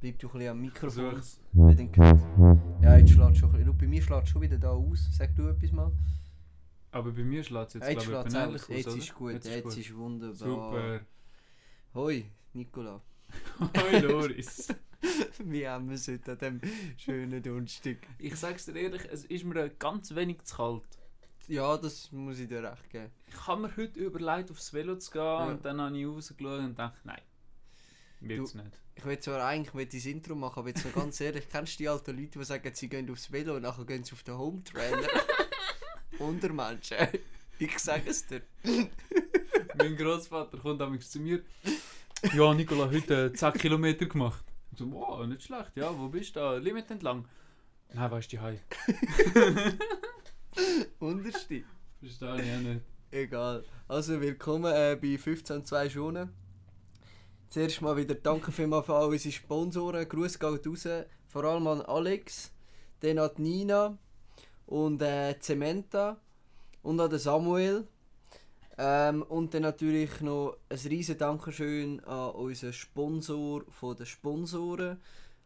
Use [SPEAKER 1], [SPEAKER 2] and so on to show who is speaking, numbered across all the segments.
[SPEAKER 1] Bleib du ein bisschen am Mikrofon.
[SPEAKER 2] Versuch's.
[SPEAKER 1] Wenn dann gehört- ja, jetzt schlägt schon ein bisschen. Bei mir schlägt schon wieder da aus. Sag du etwas mal.
[SPEAKER 2] Aber bei mir schlägt es
[SPEAKER 1] Jetzt,
[SPEAKER 2] jetzt,
[SPEAKER 1] jetzt
[SPEAKER 2] glaube
[SPEAKER 1] schlägt
[SPEAKER 2] ich,
[SPEAKER 1] es
[SPEAKER 2] ähnlich aus,
[SPEAKER 1] alles. Jetzt
[SPEAKER 2] oder?
[SPEAKER 1] ist gut. Jetzt, ist, wunderbar.
[SPEAKER 2] Super.
[SPEAKER 1] Hoi, Nicola.
[SPEAKER 2] Hoi Loris.
[SPEAKER 1] Wir haben es heute an diesem schönen Donnerstag.
[SPEAKER 2] Ich sag's dir ehrlich, es ist mir ganz wenig zu kalt.
[SPEAKER 1] Ja, das muss ich dir recht geben.
[SPEAKER 2] Ich habe mir heute überlegt, aufs Velo zu gehen und dann habe ich rausgeschaut und dachte, nein, wird's nicht.
[SPEAKER 1] Ich will zwar eigentlich mit das Intro machen, aber jetzt noch ganz ehrlich, kennst du die alten Leute, die sagen, sie gehen aufs Velo und nachher gehen sie auf den Home Trainer? Unter Menschen. Ich sage es dir.
[SPEAKER 2] mein Großvater kommt damals zu mir. Ja, Nicola, heute äh, 10 Kilometer gemacht. Ich so, wow, nicht schlecht. Ja, wo bist du? da? Limit entlang. Nein, weißt du, hi.
[SPEAKER 1] Unterste.
[SPEAKER 2] Verstehe ich auch nicht.
[SPEAKER 1] Egal. Also willkommen äh, bei 15.2 Schonen. Zuerst mal wieder danke vielmals für all unsere Sponsoren. Gruß geht raus. Vor allem an Alex, dann an die Nina und äh, Cementa und an den Samuel. Ähm, und dann natürlich noch ein riesen Dankeschön an unseren Sponsor von den Sponsoren,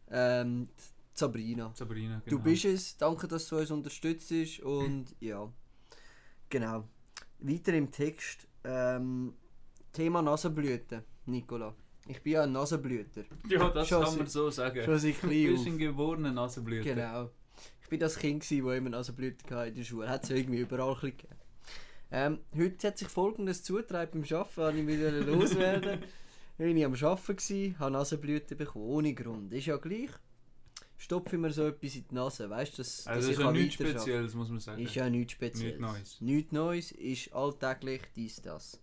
[SPEAKER 1] ähm, die Sabrina.
[SPEAKER 2] Sabrina, genau.
[SPEAKER 1] Du bist es. Danke, dass du uns unterstützt hast. Und ja, genau. Weiter im Text. Ähm, Thema Nasenblüten, Nicola. Ich bin ja ein Nasenblüter.
[SPEAKER 2] Ja, das
[SPEAKER 1] Schon
[SPEAKER 2] kann man
[SPEAKER 1] seit-
[SPEAKER 2] so sagen.
[SPEAKER 1] Schon seit
[SPEAKER 2] Du
[SPEAKER 1] klein
[SPEAKER 2] bist ein
[SPEAKER 1] auf.
[SPEAKER 2] geborener Nasenblüter.
[SPEAKER 1] Genau. Ich bin das Kind, gewesen, das immer Nasenblüten hatte in der Schule. Hat es irgendwie überall ein bisschen gegeben. Ähm, heute hat sich folgendes zugetragen beim Arbeiten, habe ich wieder loswerden. Da war ich am Arbeiten, gewesen, habe Nasenblüten bekommen, ohne Grund. Ist ja gleich. Stopfe mir so etwas in die Nase, weißt du, dass, dass
[SPEAKER 2] Also, das
[SPEAKER 1] ich
[SPEAKER 2] ist ja
[SPEAKER 1] kann
[SPEAKER 2] nichts
[SPEAKER 1] weiterarbeiten.
[SPEAKER 2] Spezielles, muss man sagen.
[SPEAKER 1] Ist ja nichts Spezielles.
[SPEAKER 2] Nichts Neues.
[SPEAKER 1] Nichts Neues ist alltäglich dies, das.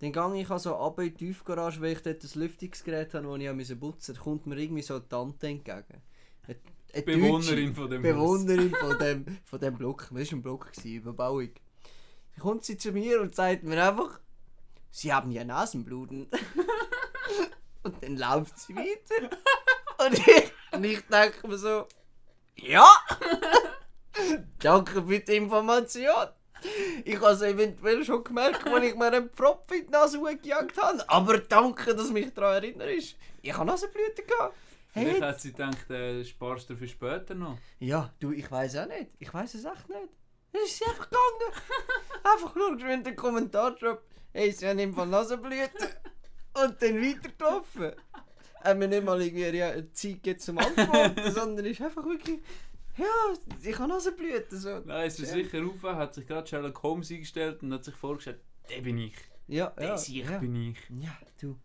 [SPEAKER 1] Dann gang ich also ab in die Tiefgarage, weil ich dort ein Lüftungsgerät habe, das ich musste putzen. Da kommt mir irgendwie so eine Tante entgegen. Eine, eine
[SPEAKER 2] Bewohnerin von
[SPEAKER 1] Deutsche.
[SPEAKER 2] dem Haus.
[SPEAKER 1] Bewohnerin von dem, von dem Block. Das war ein Block, gewesen, Überbauung. Dann kommt sie zu mir und sagt mir einfach, sie haben ja Nasenbluten. und dann läuft sie weiter. Und ich, und ich denke mir so, ja! Danke für die Information! Ich habe es eventuell schon gemerkt, als ich mir einen Propf in die Nase gejagt habe. Aber danke, dass du mich daran erinnerst. Ich habe Nasenblüten gehabt.
[SPEAKER 2] Vielleicht
[SPEAKER 1] Hey.
[SPEAKER 2] hat sie gedacht, äh, sparst du für später noch.
[SPEAKER 1] Ja, du, ich weiß auch nicht. Ich weiß es echt nicht. Es ist einfach gegangen. einfach nur geschwind einen Kommentar droppen. Hey, sie haben im Fall Nasenblüten. Und dann weitergelaufen. Haben wir nicht mal irgendwie eine Zeit gegeben zum Antworten, sondern ist einfach wirklich. Ja, ich habe Nasenblüten. So.
[SPEAKER 2] Nein, ist
[SPEAKER 1] Ja.
[SPEAKER 2] sicher rauf, hat sich gerade Sherlock Holmes eingestellt und hat sich vorgestellt, der bin ich.
[SPEAKER 1] Ja,
[SPEAKER 2] Der
[SPEAKER 1] ja.
[SPEAKER 2] sicher
[SPEAKER 1] ja.
[SPEAKER 2] bin ich.
[SPEAKER 1] Ja, du.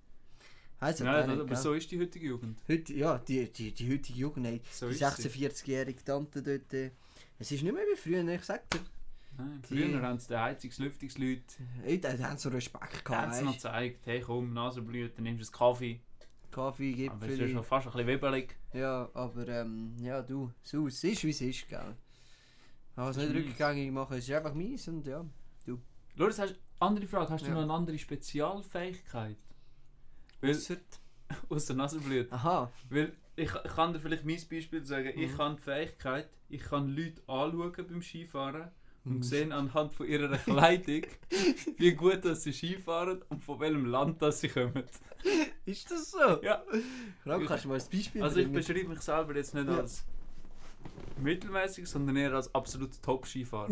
[SPEAKER 1] Also,
[SPEAKER 2] Nein, das, aber so ist die heutige Jugend.
[SPEAKER 1] Heute, ja, die, die, die heutige Jugend, ey,
[SPEAKER 2] So
[SPEAKER 1] die
[SPEAKER 2] ist sie.
[SPEAKER 1] 46-jährige Tante dort, äh, es ist nicht mehr wie früher, ich sag dir.
[SPEAKER 2] Nein,
[SPEAKER 1] Die-
[SPEAKER 2] früher haben es den Heizungslüftungsleuten
[SPEAKER 1] Heute haben sie so Respekt gehabt,
[SPEAKER 2] hat's noch
[SPEAKER 1] weißt
[SPEAKER 2] gezeigt, hey komm, Nasenblüten, nimmst einen Kaffee.
[SPEAKER 1] Kaffee,
[SPEAKER 2] Aber es ist ja
[SPEAKER 1] Gipfel,
[SPEAKER 2] schon fast ein bisschen webelig.
[SPEAKER 1] ja, aber ähm, ja, du, so, es ist wie es ist, gell. Man kann es
[SPEAKER 2] ist
[SPEAKER 1] nicht
[SPEAKER 2] mies.
[SPEAKER 1] rückgängig machen, es ist einfach mies und ja.
[SPEAKER 2] Loris, hast andere Frage, hast
[SPEAKER 1] Ja.
[SPEAKER 2] du noch eine andere Spezialfähigkeit? Weil,
[SPEAKER 1] Ausser-
[SPEAKER 2] ausser Nasenblüten.
[SPEAKER 1] Aha,
[SPEAKER 2] Weil ich, ich kann dir vielleicht mein Beispiel sagen.
[SPEAKER 1] Mhm.
[SPEAKER 2] Ich habe die Fähigkeit, ich kann Leute anschauen beim Skifahren und
[SPEAKER 1] Mhm.
[SPEAKER 2] sehen anhand von ihrer Kleidung, wie gut dass sie Skifahren und von welchem Land dass sie kommen.
[SPEAKER 1] ist das so?
[SPEAKER 2] Ja.
[SPEAKER 1] Rob, kannst du mal ein Beispiel
[SPEAKER 2] Also ich
[SPEAKER 1] bringen?
[SPEAKER 2] beschreibe mich selber jetzt nicht
[SPEAKER 1] Ja.
[SPEAKER 2] als mittelmäßig, sondern eher als absolut Top-Skifahrer.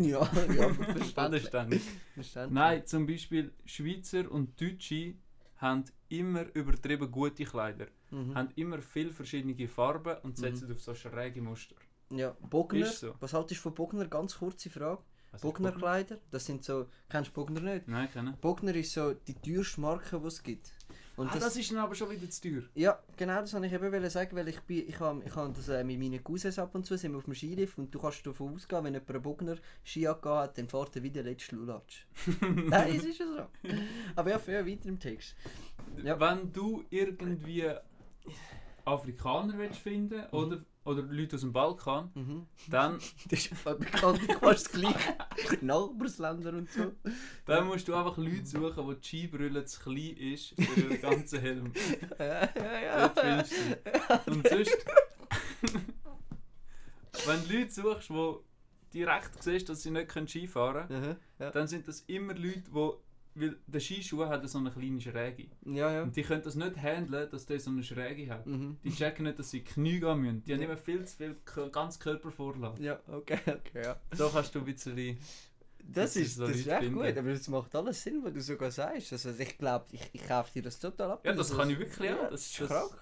[SPEAKER 1] Ja, ja, verständlich.
[SPEAKER 2] Ständig.
[SPEAKER 1] verständlich.
[SPEAKER 2] Nein, zum Beispiel Schweizer und Deutsche haben immer übertrieben gute Kleider,
[SPEAKER 1] Mhm.
[SPEAKER 2] haben immer viele verschiedene Farben und setzen auf so schräge Muster.
[SPEAKER 1] Ja, Bogner.
[SPEAKER 2] Ist so.
[SPEAKER 1] Was haltest du von Bogner? Ganz kurze Frage.
[SPEAKER 2] Was ist
[SPEAKER 1] Bogner Kleider, das sind so. Kennst du Bogner nicht?
[SPEAKER 2] Nein, keine.
[SPEAKER 1] Bogner ist so die teuerste Marke, die es gibt. Und
[SPEAKER 2] ah, das, ist dann aber schon wieder zu teuer.
[SPEAKER 1] ja, genau das wollte ich eben wollen sagen, weil ich bin, ich habe ich hab das äh, mit meinen Cousins ab und zu, sind wir auf dem Skilift und du kannst davon ausgehen, wenn jemand einen Bogner Skijacke hat, dann fährt er wieder letzten Lulatsch. Nein, es ist ja so. Aber ja, viel weiter im Text. Ja.
[SPEAKER 2] Wenn du irgendwie Afrikaner willst finden oder, oder Leute aus dem Balkan,
[SPEAKER 1] Mhm.
[SPEAKER 2] dann,
[SPEAKER 1] Das ist mal bekannt, ich weiß das gleiche. Nachbarsländer und so.
[SPEAKER 2] dann musst du einfach Leute suchen, wo die Skibrille zu klein ist für ihren ganzen Helm.
[SPEAKER 1] Ja, ja,
[SPEAKER 2] Dort
[SPEAKER 1] ja.
[SPEAKER 2] findest du sie. Und sonst... Wenn du Leute suchst, die direkt siehst, dass sie nicht können Skifahren können,
[SPEAKER 1] Mhm, ja.
[SPEAKER 2] dann sind das immer Leute, die weil der Skischuh hat so eine kleine Schräge.
[SPEAKER 1] Ja, ja.
[SPEAKER 2] Und die können das nicht handeln, dass der so eine Schräge hat.
[SPEAKER 1] Mhm.
[SPEAKER 2] Die checken nicht, dass sie in die Knie gehen müssen. Die haben immer viel zu viel K- ganz Körpervorlage.
[SPEAKER 1] Ja, okay, okay, ja.
[SPEAKER 2] So kannst du ein bisschen...
[SPEAKER 1] Das,
[SPEAKER 2] Das
[SPEAKER 1] ist,
[SPEAKER 2] ist so
[SPEAKER 1] das ist
[SPEAKER 2] Leute
[SPEAKER 1] echt
[SPEAKER 2] finden.
[SPEAKER 1] gut, aber es macht alles Sinn, was du sogar sagst. Also ich glaube, ich, ich kaufe dir das total ab.
[SPEAKER 2] Ja, das kann ich
[SPEAKER 1] ist-
[SPEAKER 2] wirklich, ja. Das ist das-
[SPEAKER 1] krank.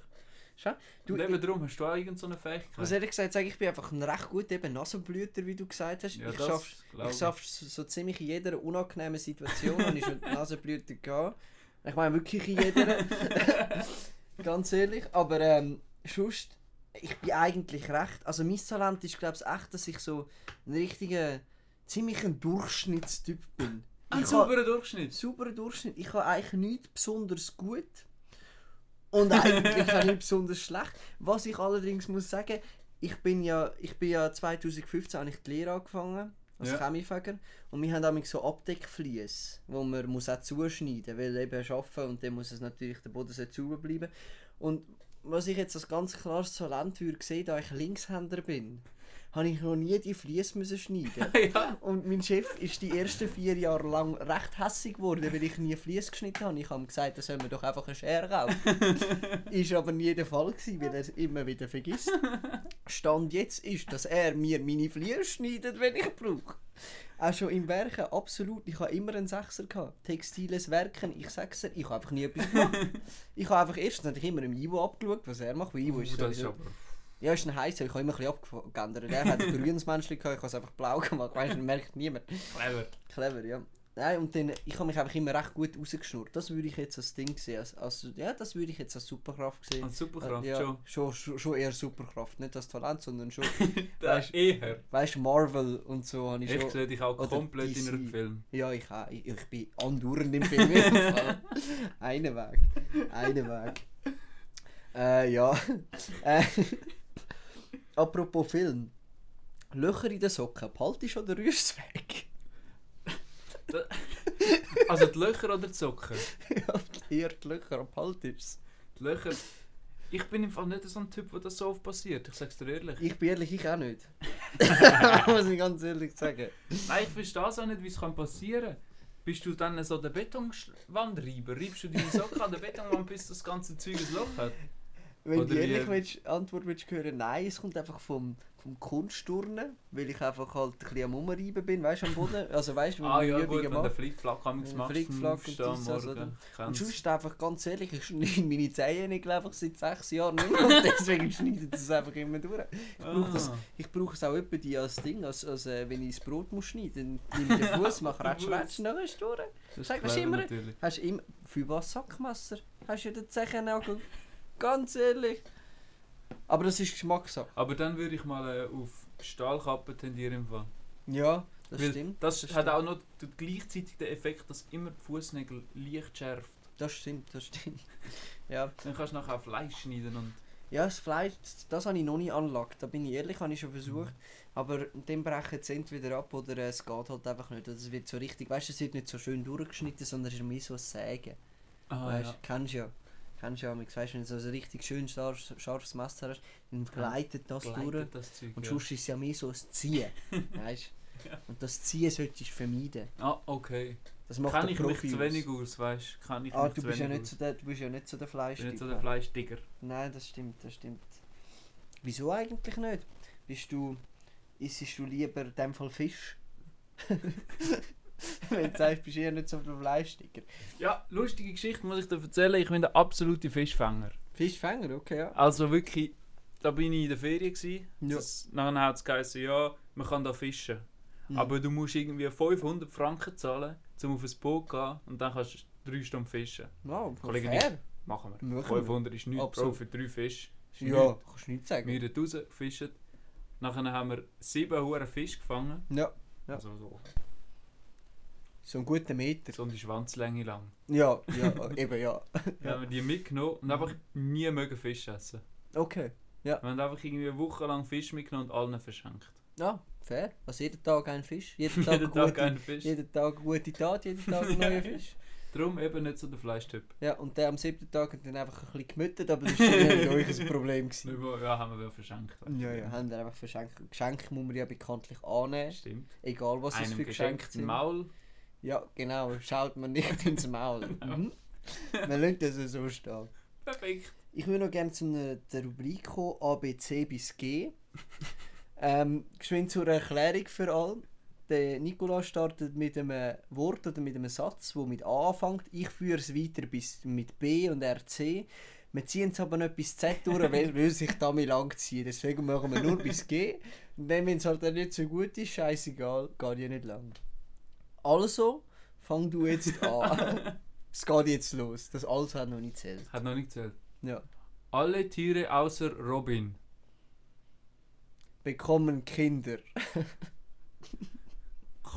[SPEAKER 1] Schau, du,
[SPEAKER 2] Du, und
[SPEAKER 1] ich,
[SPEAKER 2] eben darum hast du auch irgendeine Fähigkeit.
[SPEAKER 1] was ehrlich gesagt sagen, ich bin einfach ein recht gut eben Nasenblüter, wie du gesagt hast. ich
[SPEAKER 2] das
[SPEAKER 1] schaffe
[SPEAKER 2] glaub
[SPEAKER 1] ich schaffe so, so ziemlich in jeder unangenehmen Situation, habe ich schon die Nasenblüter gehabt. Ich meine wirklich in jeder. Ganz ehrlich, aber ähm, sonst, ich bin eigentlich recht. Also mein Talent ist glaube ich echt, dass ich so ein richtiger, ziemlich ein Durchschnittstyp bin.
[SPEAKER 2] Ein
[SPEAKER 1] ich habe
[SPEAKER 2] sauberer Durchschnitt.
[SPEAKER 1] super Durchschnitt. Ich habe eigentlich nichts besonders gut und eigentlich auch nicht besonders schlecht. Was ich allerdings muss sagen, ich bin ja, ich bin ja 2015 habe ich die Lehre angefangen als
[SPEAKER 2] Ja.
[SPEAKER 1] Chemiefäger und wir haben damit so Abdeckflies, wo man muss auch zuschneiden, weil eben schaffen und dann muss es natürlich der Boden soll sauber bleiben. Und was ich jetzt als ganz klares Talent würde sehen, da ich Linkshänder bin, habe ich noch nie die Flies müssen schneiden.
[SPEAKER 2] ja.
[SPEAKER 1] Und mein Chef ist die ersten vier Jahre lang recht hässig geworden, weil ich nie Flies geschnitten habe. Ich habe ihm gesagt, da sollen wir doch einfach eine Schere kaufen. ist aber nie der Fall gewesen, weil er es immer wieder vergisst. Stand jetzt ist, dass er mir meine Flies schneidet, wenn ich brauche. Auch schon im Werken, absolut. Ich habe immer einen Sechser gehabt. Textiles Werken, ich Sechser. Ich habe einfach nie etwas gemacht. ich habe einfach erstens natürlich immer im Ivo abgeschaut, was er macht. Weil Ivo ist
[SPEAKER 2] Oh, das ist
[SPEAKER 1] sowieso-
[SPEAKER 2] aber...
[SPEAKER 1] ja, ist ein heißer. Ich habe immer ein bisschen abgeändert. Er hat ein grünes Männchen gehabt, ich habe es einfach blau gemacht. Weißt du, merkt niemand.
[SPEAKER 2] Clever.
[SPEAKER 1] Clever, ja. Nein, und dann, ich habe mich einfach immer recht gut rausgeschnurrt. Das würde ich jetzt als Ding sehen. Als, als, ja, das würde ich jetzt als Superkraft sehen. Äh,
[SPEAKER 2] Als Superkraft,
[SPEAKER 1] ja,
[SPEAKER 2] schon.
[SPEAKER 1] schon. Schon, schon eher Superkraft. Nicht als Talent, sondern schon.
[SPEAKER 2] Da
[SPEAKER 1] Weißt-
[SPEAKER 2] eher.
[SPEAKER 1] weißt du, Marvel und so habe ich
[SPEAKER 2] Ich
[SPEAKER 1] schon.
[SPEAKER 2] sehe dich auch
[SPEAKER 1] Oder
[SPEAKER 2] komplett in
[SPEAKER 1] DC.
[SPEAKER 2] einem Film.
[SPEAKER 1] Ja, ich, auch. ich, ich bin andauernd im Film. im Fall. Einen Weg. Einen Weg. Äh, ja. Äh, apropos Film. Löcher in den Socken. Behaltest du oder rührst du weg?
[SPEAKER 2] Also die Löcher oder die Socken?
[SPEAKER 1] Ja, eher die Löcher, behaltest du es.
[SPEAKER 2] Die Löcher... Ich bin im Fall nicht so ein Typ, wo das so oft passiert. Ich sag's dir ehrlich.
[SPEAKER 1] Ich bin ehrlich, ich auch nicht. Muss ich ganz ehrlich sagen.
[SPEAKER 2] Nein, ich verstehe es auch nicht, wie es kann passieren Bist du dann so der Betonwandreiber? Reibst du deine Socken an der Betonwand, bis das ganze Zeug ein Loch hat?
[SPEAKER 1] Wenn
[SPEAKER 2] Oder
[SPEAKER 1] du
[SPEAKER 2] wie,
[SPEAKER 1] ehrlich
[SPEAKER 2] ähm,
[SPEAKER 1] willst, Antwort willst hören, nein, es kommt einfach vom, vom Kunstturnen, weil ich einfach halt ein bisschen am Umreiben bin, weißt du, am Boden. Also weißt du, wenn
[SPEAKER 2] Ah
[SPEAKER 1] ich
[SPEAKER 2] ja, gut,
[SPEAKER 1] Übungen
[SPEAKER 2] wenn
[SPEAKER 1] mache.
[SPEAKER 2] der Flickflack am
[SPEAKER 1] Wenn
[SPEAKER 2] machst,
[SPEAKER 1] Flickflack
[SPEAKER 2] Flickflack
[SPEAKER 1] und
[SPEAKER 2] musst du am
[SPEAKER 1] dies, das, also,
[SPEAKER 2] Morgen.
[SPEAKER 1] Und
[SPEAKER 2] Kennst du?
[SPEAKER 1] sonst einfach ganz ehrlich, ich schneide meine Zehen, glaube ich, seit sechs Jahren nicht mehr und deswegen schneidet es einfach immer durch. Ich brauche das
[SPEAKER 2] Ah.
[SPEAKER 1] Ich brauche es auch etwa die als Ding, als, als äh, wenn ich das Brot muss schneiden muss, dann nehme ich den Fuß, mache ratsch, ratsch, dann ist es durch.
[SPEAKER 2] Das
[SPEAKER 1] Sag,
[SPEAKER 2] clever
[SPEAKER 1] was immer-
[SPEAKER 2] natürlich.
[SPEAKER 1] Hast du immer... Für was Sackmesser? Hast du ja den Zechennagel? Ganz ehrlich. Aber das ist Geschmackssache.
[SPEAKER 2] Aber dann würde ich mal äh, auf Stahlkappen tendieren im Fall.
[SPEAKER 1] Ja, das
[SPEAKER 2] Weil
[SPEAKER 1] stimmt.
[SPEAKER 2] Das,
[SPEAKER 1] das
[SPEAKER 2] hat
[SPEAKER 1] stimmt.
[SPEAKER 2] auch noch d- gleichzeitig den Effekt, dass immer die Fußnägel leicht schärft.
[SPEAKER 1] Das stimmt, das stimmt. ja.
[SPEAKER 2] Dann kannst du nachher auch Fleisch schneiden und
[SPEAKER 1] ja, das Fleisch, das, das habe ich noch nie anlagt. Da bin ich ehrlich, habe ich schon versucht.
[SPEAKER 2] Mhm.
[SPEAKER 1] Aber dann brechen sie entweder ab oder äh, es geht halt einfach nicht. Also es wird so richtig, weißt du, es wird nicht so schön durchgeschnitten, sondern es ist mehr so ein Sägen. weißt,
[SPEAKER 2] Ah, ja.
[SPEAKER 1] Kennst du Ah, ja. Kennst du ja, manchmal. weißt, wenn du so ein richtig schön scharfes, scharfes Messer hast, dann gleitet das durch.
[SPEAKER 2] gleitet das Zeug.
[SPEAKER 1] Und
[SPEAKER 2] ja.
[SPEAKER 1] sonst ist es ja mehr so ein Ziehen. weißt? Und das Ziehen solltest du vermeiden.
[SPEAKER 2] Ah, okay.
[SPEAKER 1] Das macht
[SPEAKER 2] Kann
[SPEAKER 1] der
[SPEAKER 2] ich
[SPEAKER 1] Profi
[SPEAKER 2] mich zu
[SPEAKER 1] aus.
[SPEAKER 2] wenig aus, weißt du? Kann ich
[SPEAKER 1] Ah,
[SPEAKER 2] mich
[SPEAKER 1] du
[SPEAKER 2] zu
[SPEAKER 1] bist, ja
[SPEAKER 2] wenig
[SPEAKER 1] nicht so der, du bist ja nicht so der
[SPEAKER 2] aus. Ich
[SPEAKER 1] Fleischtyp.
[SPEAKER 2] bin nicht so der Fleischdigger.
[SPEAKER 1] Nein, das stimmt, das stimmt. Wieso eigentlich nicht? Bist du. Isst du lieber in dem Fall Fisch? Wenn du sagst, bist du eher nicht so der Fleischdicker.
[SPEAKER 2] Ja, lustige Geschichte muss ich dir erzählen. Ich bin der absolute Fischfänger.
[SPEAKER 1] Fischfänger, okay, ja.
[SPEAKER 2] Also wirklich, da bin ich in der Ferien. Gewesen.
[SPEAKER 1] Ja.
[SPEAKER 2] Das, dann hat es geheißen, ja, man kann da fischen.
[SPEAKER 1] Mhm.
[SPEAKER 2] Aber du musst irgendwie 500 Franken zahlen, um auf ein Boot zu gehen und dann kannst du 3 Stunden fischen.
[SPEAKER 1] Wow,
[SPEAKER 2] Kollege
[SPEAKER 1] fair.
[SPEAKER 2] Machen wir.
[SPEAKER 1] Machen wir.
[SPEAKER 2] 500 ist nichts, Bro,
[SPEAKER 1] Absolut.
[SPEAKER 2] für 3 Fische. Ist
[SPEAKER 1] Ja,
[SPEAKER 2] nichts.
[SPEAKER 1] kannst du nichts sagen.
[SPEAKER 2] Wir haben raus gefischt. Nachher haben wir 7 Huren Fisch gefangen.
[SPEAKER 1] Ja, Ja.
[SPEAKER 2] Also so,
[SPEAKER 1] so einen guten Meter.
[SPEAKER 2] so um die Schwanzlänge lang.
[SPEAKER 1] Ja, ja, äh, eben ja.
[SPEAKER 2] Dann haben wir die mitgenommen und einfach nie mögen Fisch essen.
[SPEAKER 1] Okay.
[SPEAKER 2] Wir haben einfach irgendwie eine Woche lang Fisch mitgenommen und allen verschenkt.
[SPEAKER 1] Ja, fair. Also jeden Tag ein Fisch. Jeden Tag,
[SPEAKER 2] Jeden Tag
[SPEAKER 1] gute,
[SPEAKER 2] einen Fisch.
[SPEAKER 1] jeden Tag gute Tat, jeden Tag ein neuer Fisch.
[SPEAKER 2] Darum eben nicht so der Fleischtyp.
[SPEAKER 1] Ja, und der am siebten Tag hat dann einfach ein bisschen gemüttet, aber das war ja nicht euch ein Problem. Gewesen.
[SPEAKER 2] Ja, haben wir wel verschenkt.
[SPEAKER 1] Ja, ja, haben dann einfach verschenkt. Geschenke muss man ja bekanntlich annehmen,
[SPEAKER 2] Stimmt.
[SPEAKER 1] egal was es
[SPEAKER 2] Einem
[SPEAKER 1] für Geschenke
[SPEAKER 2] geschenkten
[SPEAKER 1] sind.
[SPEAKER 2] Maul
[SPEAKER 1] Ja, genau, schaut man nicht ins Maul.
[SPEAKER 2] Genau.
[SPEAKER 1] Mhm. Man lässt das so stehen.
[SPEAKER 2] Perfekt.
[SPEAKER 1] Ich würde noch gerne zu einer, der Rubrik kommen, ABC bis G. ähm, geschwind zur Erklärung für alle. Der Nikolas startet mit einem Wort oder mit einem Satz, wo mit A anfängt. Ich führe es weiter bis mit B und RC. Wir ziehen es aber nicht bis Z durch, weil weil es sich damit lang ziehen. Deswegen machen wir nur bis G. Und dann, wenn es halt dann nicht so gut ist, scheißegal, geht ja nicht lang. Also, fang du jetzt an. es geht jetzt los. Das alles hat noch nicht zählt.
[SPEAKER 2] Hat noch nicht gezählt.
[SPEAKER 1] Ja.
[SPEAKER 2] Alle Tiere außer Robin.
[SPEAKER 1] Bekommen Kinder.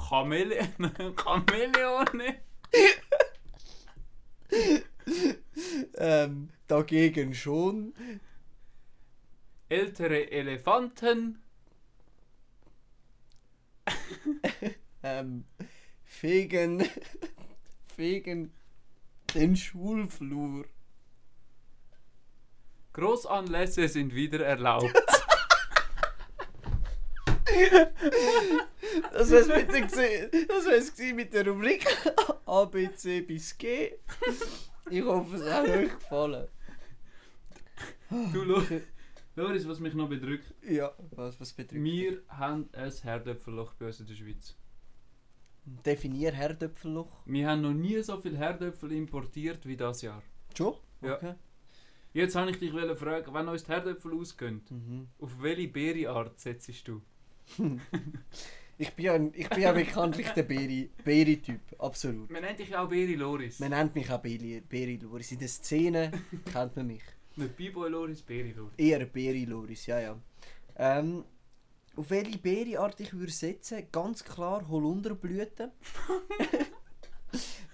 [SPEAKER 2] Chamele Chamäleone.
[SPEAKER 1] Ähm, dagegen schon.
[SPEAKER 2] Ältere Elefanten.
[SPEAKER 1] Ähm, fegen. fegen den Schulflur.
[SPEAKER 2] Großanlässe sind wieder erlaubt.
[SPEAKER 1] Das wär's mit der, gse- das wär's gsi mit der Rubrik A, B, C bis G. Ich hoffe, es hat euch gefallen.
[SPEAKER 2] du, Lo- Loris, was mich noch bedrückt.
[SPEAKER 1] Ja, was, was bedrückt dich?
[SPEAKER 2] Wir haben ein Herdöpfelloch bei uns in der Schweiz.
[SPEAKER 1] Definier Herdöpfelloch.
[SPEAKER 2] Wir haben noch nie so viel Herdöpfel importiert wie das Jahr.
[SPEAKER 1] Schon?
[SPEAKER 2] Ja.
[SPEAKER 1] Okay.
[SPEAKER 2] Jetzt habe ich dich wollen fragen, wenn uns die Herdöpfel ausgehen,
[SPEAKER 1] Mhm.
[SPEAKER 2] auf welche Beerenart setzt du?
[SPEAKER 1] Ich bin ja, ein- ich bin ja bekanntlich der Beri- Beri-Typ, absolut.
[SPEAKER 2] Man nennt dich ja auch Beere Loris.
[SPEAKER 1] Man nennt mich auch Beri- Beri-Loris. In der Szene kennt man mich.
[SPEAKER 2] Nicht Biboy Loris, Beere Loris.
[SPEAKER 1] Eher Beri-Loris, ja, ja. Ähm, auf welche Beerenart ich würde setzen? Ganz klar Holunderblüte.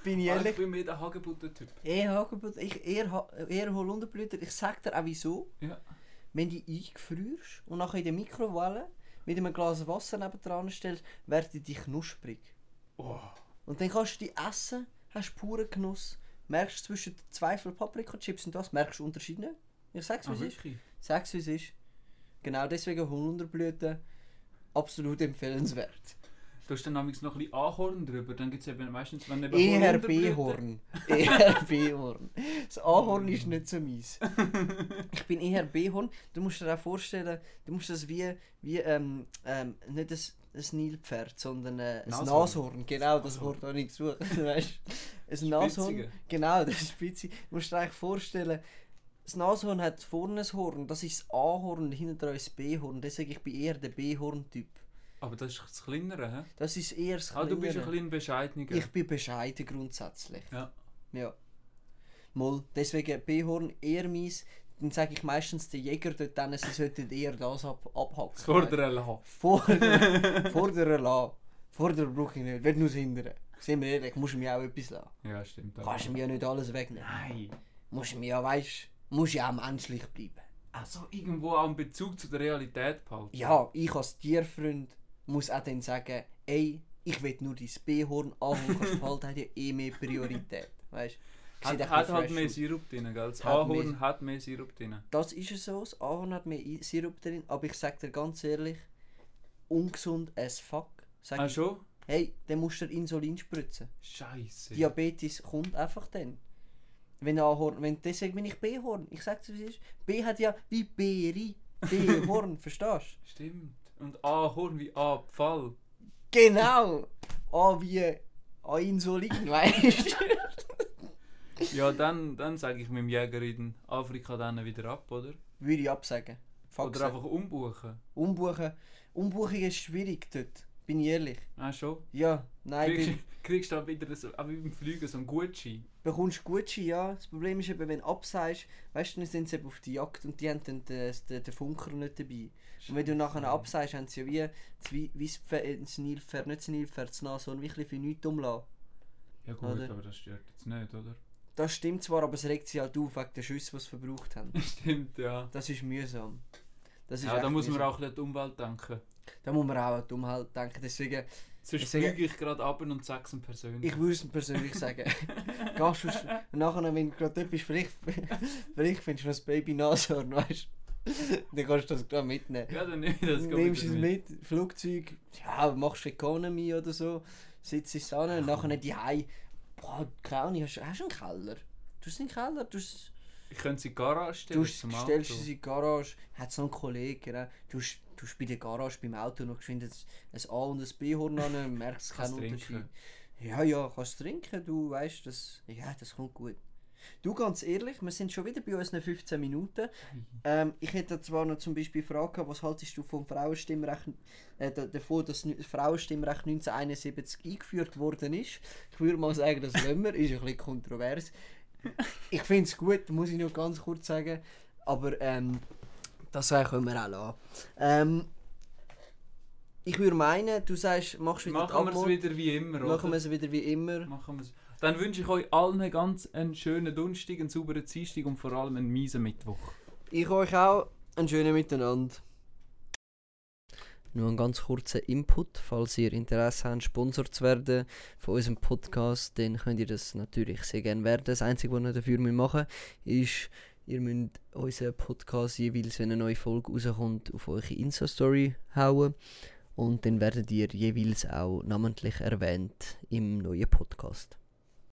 [SPEAKER 1] bin ich
[SPEAKER 2] Ah,
[SPEAKER 1] ehrlich.
[SPEAKER 2] ich bin mehr der Hagebutten-Typ.
[SPEAKER 1] Eher, Hagebutt- ich, eher, Ha- eher Holunderblüte. Ich sag dir auch wieso.
[SPEAKER 2] Ja.
[SPEAKER 1] Wenn du die eingefrierst und nachher in der Mikrowelle mit einem Glas Wasser nebendran stellst, werden die knusprig.
[SPEAKER 2] Oh.
[SPEAKER 1] Und dann kannst du die essen, hast puren Genuss. Merkst zwischen den Zweifel Paprika-Chips und das, merkst du Unterschied nicht. Ich sag's, wie
[SPEAKER 2] Ah,
[SPEAKER 1] es ist.
[SPEAKER 2] wirklich?
[SPEAKER 1] Sag's, wie es ist. Genau deswegen Holunderblüten absolut empfehlenswert.
[SPEAKER 2] Du hast dann nämlich noch ein bisschen Ahorn drüber, dann gibt es eben meistens... Wenn eben
[SPEAKER 1] Eher
[SPEAKER 2] Holunderblüten-
[SPEAKER 1] B-Horn. Eher B-Horn. Das A-Horn ist nicht so meins. Ich bin E eher B-Horn. Du musst dir auch vorstellen, du musst das wie, wie ähm, ähm, nicht ein, ein Nilpferd, sondern äh, ein
[SPEAKER 2] Nashorn.
[SPEAKER 1] Nashorn. Genau, das Wort habe ich gesucht. Weißt du? Ein Nashorn.
[SPEAKER 2] Spitzige.
[SPEAKER 1] Genau, das ist witzig. Du musst dir eigentlich vorstellen, das Nashorn hat vorne ein Horn, das ist das A-Horn und hinten dran ist das B-Horn. Deswegen ich bin eher der B-Horn-Typ.
[SPEAKER 2] Aber das ist das Kleinere, hä?
[SPEAKER 1] Das ist eher das
[SPEAKER 2] Ah, du bist ein
[SPEAKER 1] Kleinere.
[SPEAKER 2] bisschen bescheidener.
[SPEAKER 1] Ich bin bescheiden grundsätzlich.
[SPEAKER 2] Ja.
[SPEAKER 1] Ja. Mal, deswegen B-Horn eher meins. Dann sage ich meistens den Jäger dort denen, sie sollten eher das ab abhacken.
[SPEAKER 2] Das vordere Lachen.
[SPEAKER 1] Fordern, fordern lassen. Fordern brauche ich nicht, will nur das hindern. Sind wir ehrlich, musst du mir auch etwas lassen.
[SPEAKER 2] Ja, stimmt. aber-
[SPEAKER 1] Kannst du mir ja nicht alles wegnehmen.
[SPEAKER 2] Nein.
[SPEAKER 1] Musst du mir ja, weißt musst ja auch menschlich bleiben.
[SPEAKER 2] Also irgendwo auch einen Bezug zu der Realität behalten.
[SPEAKER 1] Ja, ich als Tierfreund muss auch dann sagen, ey, ich will nur dein B-Horn anholen, kannst du behalten, hat ja eh mehr Priorität. Weißt du?
[SPEAKER 2] Hat,
[SPEAKER 1] Sieht ein
[SPEAKER 2] hat
[SPEAKER 1] bisschen
[SPEAKER 2] halt
[SPEAKER 1] fresh
[SPEAKER 2] mehr
[SPEAKER 1] aus.
[SPEAKER 2] Sirup drin, gell? Das
[SPEAKER 1] Hat
[SPEAKER 2] Ahorn
[SPEAKER 1] mehr-
[SPEAKER 2] hat mehr Sirup drin.
[SPEAKER 1] Das ist es so, das Ahorn hat mehr I- Sirup drin, aber ich sag dir ganz ehrlich, ungesund as fuck. Sag
[SPEAKER 2] Ah,
[SPEAKER 1] ich,
[SPEAKER 2] schon?
[SPEAKER 1] hey, dann musst du dir Insulin spritzen.
[SPEAKER 2] Scheiße.
[SPEAKER 1] Diabetes kommt einfach dann. Wenn Ahorn, wenn, deswegen bin ich B-Horn. Ich sag's dir, wie es ist. B hat ja wie Beere, B-Horn, verstehst
[SPEAKER 2] Stimmt. Und Ahorn wie Abfall.
[SPEAKER 1] du? Genau! A wie A Insulin, weißt du?
[SPEAKER 2] Ja, dann, dann sage ich meinem Jäger in Afrika dann wieder ab, oder?
[SPEAKER 1] Würde ich absagen. Fuck
[SPEAKER 2] Oder einfach umbuchen.
[SPEAKER 1] Umbuchen. Umbuchen ist schwierig dort, bin ich ehrlich.
[SPEAKER 2] Ah, schon?
[SPEAKER 1] Ja, nein, bin,
[SPEAKER 2] Kriegst, kriegst du dann wieder so, auch wie beim Fliegen so einen Gutschein.
[SPEAKER 1] bekommst Gutschein, ja. Das Problem ist eben, wenn du absagst, weißt du, dann sind sie eben auf die Jagd und die haben dann den, den, den Funker nicht dabei. Und wenn du nachher absagst, haben sie ja wie, das wie, wie das Pferd, äh, das Nilpferd, nicht das Nilpferd, das Nashorn, wirklich für nichts umlassen.
[SPEAKER 2] Ja gut,
[SPEAKER 1] Oder?
[SPEAKER 2] aber das stört jetzt nicht, oder?
[SPEAKER 1] Das stimmt zwar, aber es regt sie halt auf wegen der Schüsse, die sie verbraucht haben.
[SPEAKER 2] Stimmt, ja.
[SPEAKER 1] Das ist mühsam. Das ist
[SPEAKER 2] Ja, da
[SPEAKER 1] echt
[SPEAKER 2] muss man
[SPEAKER 1] mühsam.
[SPEAKER 2] auch ein bisschen an die Umwelt denken.
[SPEAKER 1] Da muss man auch an die Umwelt denken. Deswegen,
[SPEAKER 2] Sonst
[SPEAKER 1] Ich sage-
[SPEAKER 2] fliege ich gerade ab und sag's ihm persönlich.
[SPEAKER 1] ich würde es persönlich sagen. Gehst du und nachher, wenn du gerade dort bist, vielleicht, vielleicht findest du noch das Baby Nashorn, weißt du? Dann kannst du das gerade mitnehmen.
[SPEAKER 2] Ja, dann nehme ich das gerade
[SPEAKER 1] Nimmst es
[SPEAKER 2] wieder
[SPEAKER 1] mit, Flugzeug, ja, machst Economy oder so, sitzt es an und nachher die Hei. Boah, keine Ahnung, hast, hast du einen Keller? Du hast einen Keller, du hast-
[SPEAKER 2] Ich könnte sie in die Garage
[SPEAKER 1] du
[SPEAKER 2] stellen.
[SPEAKER 1] hast- stellst es in die Garage, hat so einen Kollegen, ne? du hast- du hast bei der Garage beim Auto noch geschwind ein ein A und ein B-Horn an, ne? merkst
[SPEAKER 2] Kannst
[SPEAKER 1] keinen
[SPEAKER 2] trinken.
[SPEAKER 1] Unterschied. Ja, ja, kannst trinken, du weißt, das, ja, das kommt gut. Du, ganz ehrlich, wir sind schon wieder bei unseren 15 Minuten. Ähm, ich hätte zwar noch zum Beispiel gefragt, was haltest du vom Frauenstimmrecht, äh, da- davon, dass das Frauenstimmrecht 1971 eingeführt worden ist? Ich würde mal sagen, das lassen wir, ist ein bisschen kontrovers. Ich finde es gut, muss ich noch ganz kurz sagen, aber ähm, das äh, können wir auch lassen. Ähm, ich würde meinen, du sagst, machst wieder die
[SPEAKER 2] Machen wir es
[SPEAKER 1] Abmod-
[SPEAKER 2] wieder wie immer, oder?
[SPEAKER 1] Machen wir es wieder wie immer.
[SPEAKER 2] Machen wir's. Dann wünsche ich euch allen ganz einen schönen Donnerstag, einen sauberen Dienstag und vor allem einen miesen Mittwoch.
[SPEAKER 1] Ich euch auch einen schönen Miteinander. Nur ein ganz kurzer Input, falls ihr Interesse habt, Sponsor zu werden von unserem Podcast, dann könnt ihr das natürlich sehr gerne werden. Das Einzige, was ihr dafür machen müsst, ist, ihr müsst unseren Podcast jeweils, wenn eine neue Folge rauskommt, auf eure Insta-Story hauen. Und dann werdet ihr jeweils auch namentlich erwähnt im neuen Podcast.